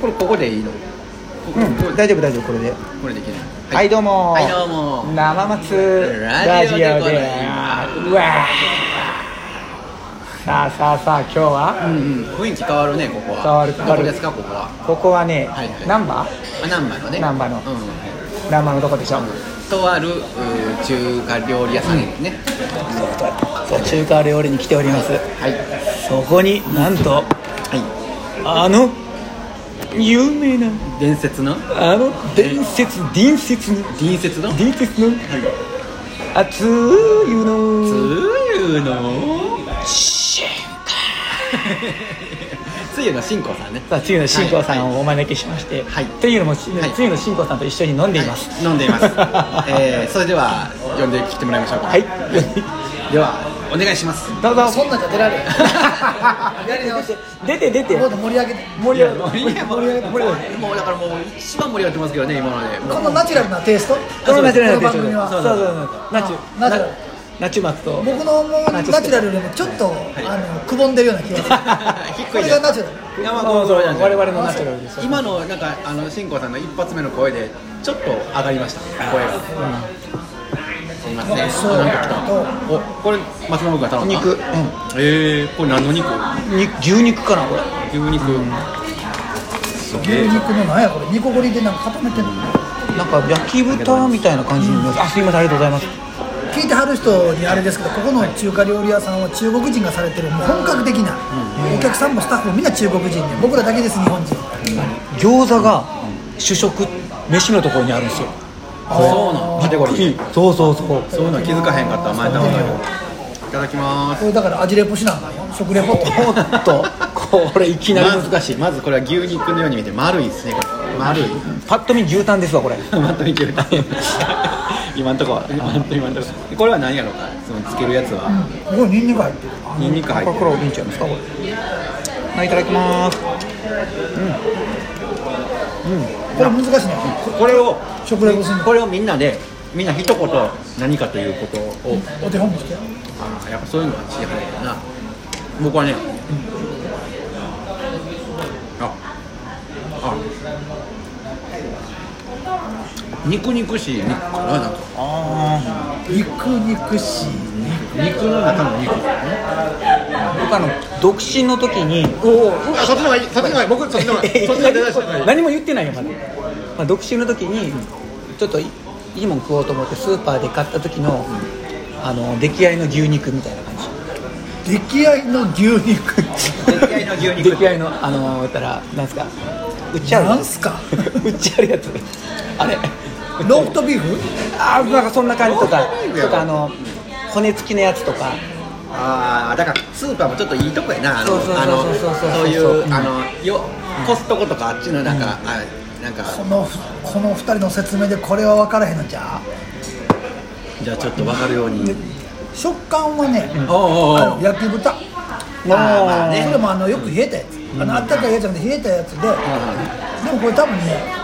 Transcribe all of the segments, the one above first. これここでいいのこここうん、こで大丈夫大丈夫これではこれでいけないい、どうもはいどうも生松ララジオジオででございますうわーさあさあさあ今日うはんうん雰囲気変わるねここは変わる変わるどこですかここはここはね、はいはいナンバーあ難波のね難波のうんうんナンバーのとこでしょ、とあるうー中華料理屋さんですねそう中華料理に来ておりますはいはそこになんいとあの有名な伝説のあの伝説伝説の伝説の伝説のはい熱い湯つのゆのシンつゆのしんこさんねさあ次の新子さんはいをお招きしまして、はいというのも、つはい次の新子さんと一緒に飲んでいます、はい飲んでい ますえーそれでは呼んできてもらいましょうかはいではお願いしますどうぞ そんなんじゃ出られん やり直して出て出てもっと盛り上げて盛り上がるいやもう盛り上がる盛り上がるもうだからもう一番盛り上がってますけどね今のでこのナチュラルなテイストこのナチュラルこのな番組はそうそうそうナチュナチュラルナチュ松と僕の思うナチュラルよりもちょっとあのくぼんでるような気がする 低こいれじゃがんナチュラルいやまあこそううそそううなんじゃ我ない々のナチュラルですよ今のなんかあの新子さんの一発目の声でちょっと上がりました声が、すいませんあそうあなんか来たおこれ松本君が頼んだ肉、うん、えー、これ何の肉肉牛肉かなこれ牛肉、すげえ牛肉のなんやこれ煮こごりでなんか固めてんのなんか焼き豚みたいな感じに見えますあすいませんありがとうございます聞いてはる人にあれですけどここの中華料理屋さんは中国人がされてるもう本格的なお客さんもスタッフもみんな中国人で僕らだけです日本人餃子が主食飯のところにあるんですよそうなんカテゴリーそうそうそうそうなん気づかへんかった前頼んだけどいただきまこれだから味レポしなんだよ食レ ポっておっとこれいきなりまず難しいまずこれは牛肉のように見えて丸いですねこれ丸いパッと見牛タンですわこれまとめきるた今んとこは今んとこ今んとここれは何やろうかそのつけるやつはここにニンニク入ってるニンニク入こっれてこるれいいんちゃいますかこれはいいただきますこれ難しいねここれを食レポするのこれをみんなでみんな一言何かということをお手本にしてああやっぱそういうのは知りはやな僕はねああ肉肉しい肉かななんかあ肉肉しい肉の中の肉あ僕あの独身の時におおそっちの方がいいそっちの方がいい僕そっちの 方がいいそっちの方が出だした方がいい何も言ってないよまだ、まあ、独身の時にちょっといいいもん食おうと思ってスーパーで買った時のあの出来合いの牛肉みたいな感じ出来合いの牛肉出来合いの牛出肉来合いのあの言ったらなんすかうっちゃうなん すかうっちゃうやつあれローストビーフあーなんかそんな感じとかどういう意味やちょろっとあの骨付きのやつとかああだからスーパーもちょっといいとこやなあのそうそうそうあのそうそうそうそういそうううんあのよコストコとかあっちのなんかあなんかこのこの二人の説明でこれは分からへんのじゃあじゃあちょっと分かるように食感はねおおあの焼き豚まあまあねそれもあのよく冷えたやつあのあったかいやつじゃなくて冷えたやつででもこれ多分ね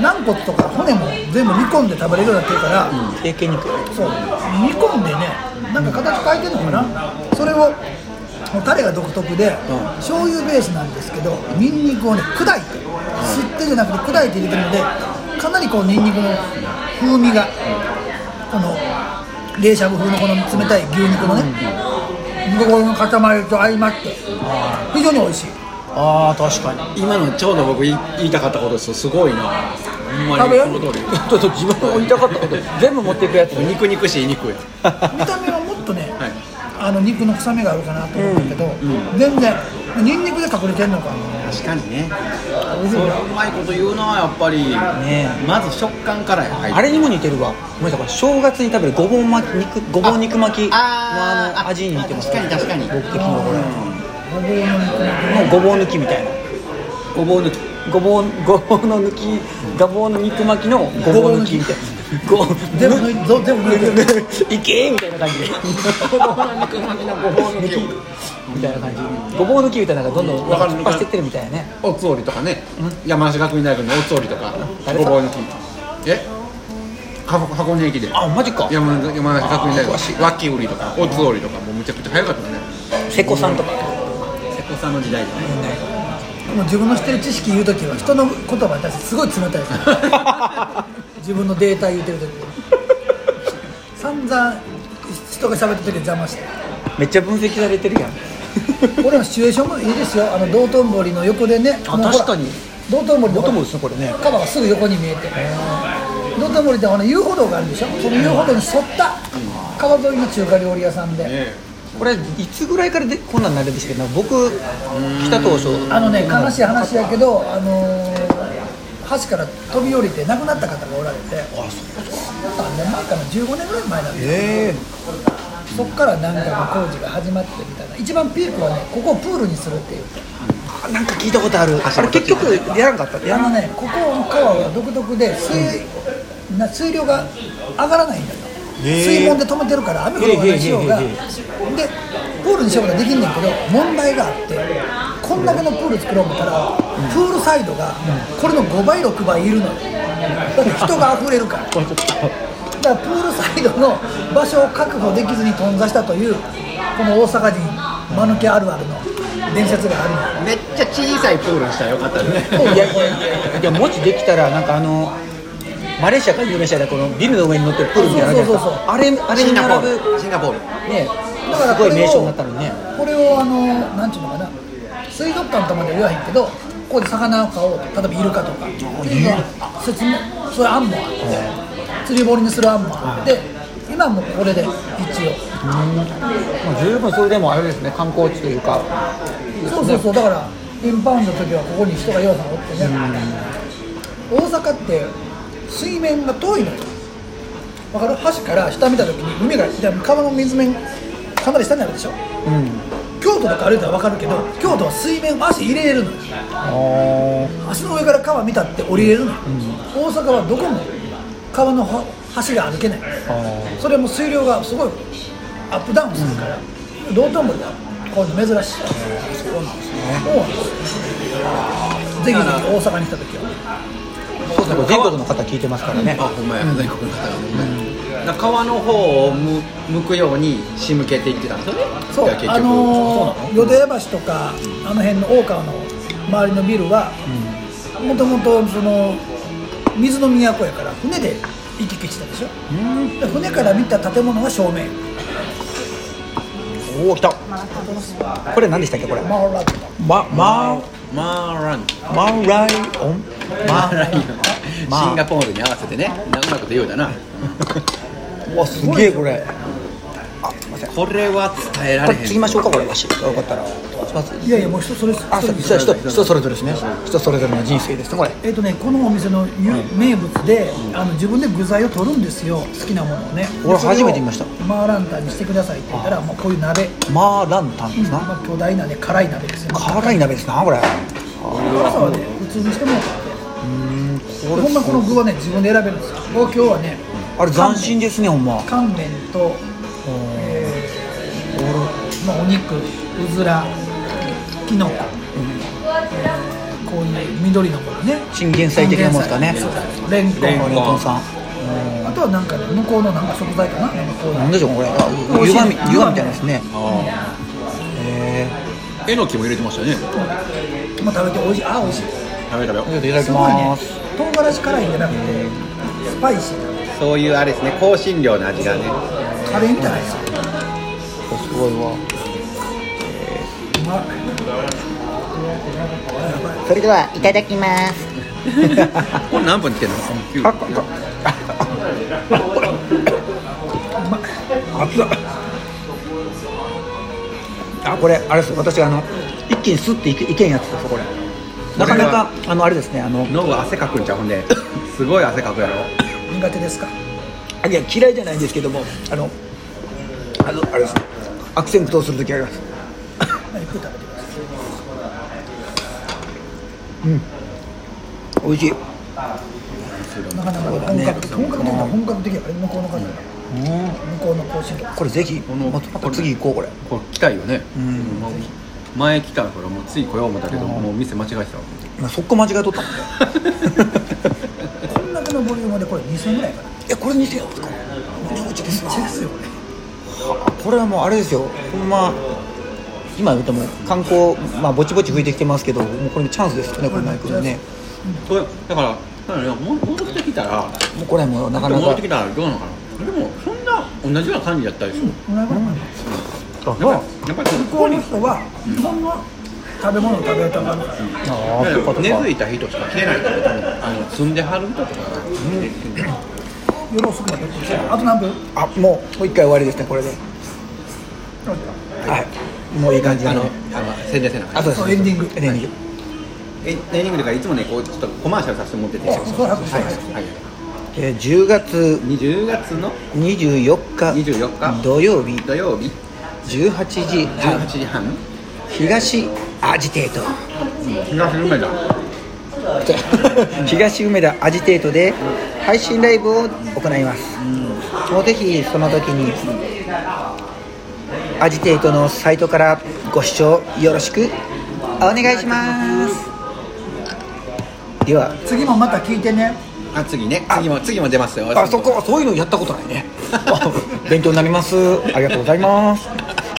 軟骨とか骨も全部煮込んで食べれるようになってるから、経験肉そう煮込んでねなんか形変えてるのかな、それをもうタレが独特で、醤油ベースなんですけどニンニクをね砕いて吸ってじゃなくて砕いて入れてるのでかなりこうニンニクの風味がこの冷しゃぶ風のこの冷たい牛肉のね煮心の塊と相まって非常に美味しいああ確かに今のちょうど僕言い言いたかったことですすごいなほんま食にべよその通り ちょっと自分の言いたかったこと全部持っていくやつ肉肉しい肉や見た目 はもっとね、はいあの肉の臭みがあるかなと思うんだけど、全然ニンニクで隠れてんのか確かにね美味しそいれなうまいこと言うなやっぱりねまず食感からやあれにも似てるわごめんなさいこれ正月に食べるごぼう巻き肉ごぼう肉巻きのあの味に似てます確かに確かに僕的にはこれごぼもうごぼううの肉抜きみたいなごぼう抜きごぼうごぼうの抜きごぼうの肉巻きのごぼう抜きみたいなご全部抜いぞ全部抜いてるいけーみたいな感じでごぼうの肉巻きのごぼう抜きみたいな感じごぼう抜きみたいなのがどんどんなんか突っ走ってってるみたいなねおつおりとかね山梨学院大学のおつおりとか誰ごだぼう抜きえは箱根駅であマジか山梨山梨学院大学脇売りとかおつおりとかもうむちゃくちゃ早かったね瀬古さんとか瀬古さんの時代だねもう自分の知ってる知識言う時は人の言葉に対してすごい冷たい ですよ自分のデータ言うてる時散々人が喋った時は邪魔してめっちゃ分析されてるやん俺のシチュエーションもいいですよあの道頓堀の横でねあもうほら確かに道頓堀ものともですねこれね川がすぐ横に見えて道頓堀ってあの遊歩道があるでしょその遊歩道に沿った川沿いの中華料理屋さんで、えこれいつぐらいからでこんなんなるんですけど僕来た当初あのね悲しい話やけど、あのー橋から飛び降りて亡くなった方がおられて何年前かな15年ぐらい前なんですよえそっから何回も工事が始まってみたいな一番ピークはねここをプールにするっていうー、あなんか聞いたことあるあれ結 局やらんかったやあらのないねここの川は独特で水,、な水量が上がらないんだよへえ水門で止めてるから雨降ろうがへえへえへえへえ何しようがでプールにしようができんねんけど問題があってこんだけのプール作ろう思ったら、プールサイドがこれの5倍6倍いるのよだって人が溢れ るからこれちょっとだからプールサイドの場所を確保できずに頓挫したというこの大阪人間抜けあるあるの伝説があるのめっちゃ小さいプールにしたらよかったねいやいやいやいやもしできたらなんかあのマレーシアかインドネシアでこのビルの上に乗ってるプールみたいなのあるじゃないですそうそうそうかあれあれシにンガポ並ぶールシンガポールねだからすこごれいを名所になったのにねこれをあのなんていうのかな水族館とまでは言わへんけどここで魚を買おうと例えばイルカとかっていうのは説明そういう案もあって釣り堀にする案もあって今もこれで一応まあ十分それでもあれですね観光地というかそうそうそうだからインバウンドの時はここに人がようさんおってね大阪って水面が遠いのよわかる橋から下見た時に海が川の水面かなり下にあるでしょうん京都とか歩いたら分かるけど京都は水面足入れれるのよあー足の上から川見たって降りれるのよ、大阪はどこも川のは橋が歩けないあそれも水量がすごいアップダウンするから、道頓堀はこういうの珍しいそうなんですねそうなんですよぜひぜひ大阪に来た時はーそうですねこれ全国の方聞いてますからねあほんまや全国の方がほんまやだから川の方を向向くように仕向けていってたんですよねそうだからあ結局のー淀屋橋とかあの辺の大川の周りのビルはもともとその水の都やから船で行き来してたでしょうんで船から見た建物が正面おお来たこれ何でしたっけこれマーラットままマーランマーライオンマーライオンまあシンガポールに合わせてね長いこと言うだなうわすげえこれあすいませんこれは伝えらこれれへん継ぎましょうかこれ足よかったらしますいやいやもう人それ人あ、そう、人、人、人それぞれですね。人それぞれの人生ですね、これ。えっ、とねこのお店の有名物で、あの自分で具材を取るんですよ好きなものをね俺でそれを初めて見ましたマーランタンにしてくださいって言ったらもうこういう鍋、マーランタンですな。まあ、巨大なね辛い鍋ですよ辛い鍋ですな、これ。辛さはね普通にしてもらってこほんまこの具はね自分で選べるんですよ僕今日はねあれ斬新ですね、ほんま。乾麺と、えーまあ、お肉うずらきのこ、こういう緑のものねチンゲン菜的なもんですかねチンゲン菜そうレンコンレンコンさん。あとはなんかね向こうのなんか食材かななんかこういうなんでしょう、これ。あ美味しい湯がみ、湯がみたいなですね。あへーえのきも入れてましたよねまあ、食べて美味しいあ美味しい食べ食べよえ。いただきすごいねます。唐辛子辛いんじゃなくてスパイシーなそういうあれですね香辛料の味がねカレーみたいなやつすごいわ。うまいそれではいただきますこれ何分つけるのあ、こあ、熱い。あ、これ、あれですよ、私、あの、一気にスっていけ、いけんやつですよ、これ。なかなか、あの、あれですね、あの、ノブ汗かくんちゃうほんですごい汗かくやろ苦手ですかあいや嫌いじゃないんですけどもあのあのあれです悪戦苦闘する時ありますまあゆっくり食べてくださ美味しいいなかなか本格ね的本格的な本格的やから向こうの方が向こうの香辛料これぜひのまた次行こうこれこれ来たいよねうんもう前来たからもうつい来よう思ったけどもう店間違えてたわ今速攻間違えとったもんねこんだけのボリュームでこれ2000円ぐらいかなえこれ2000円ですか無料うちですなチェックすよこれこれはもうあれですよほんま今でも観光、まあ、ぼちぼち増えてきてますけどもうこれもチャンスですよねこれマイクロねこれだからだからねもう戻ってきたらもうこれはもうなかな戻っかてきたらどうなのかなでもそんな同じような感じやったでしょ、この間のあやっぱやっぱり向こうの人は日本の食べ物を食べたがるからあーそっかそっか根付いた人しか来てないから多分あの住んではる人とかが、夜遅くまでこっちあと何分あもうもう一回終わりですねこれではいもういい感じあなののあの宣伝せなあそうですそうエンディングエンディングえエンディングというかいつもねこうちょっとコマーシャルさせてもらっててあそうなんですねはいはいえー10月20月の24日24日土曜日土曜日18時18半時半東アジテート 東梅田東梅田アジテートで配信ライブを行います、もうぜひその時にアジテートのサイトからご視聴よろしくお願いしますでは次もまた聞いてねあ次ね次も次も出ますよ あそこはそういうのやったことないね勉強になりますありがとうございます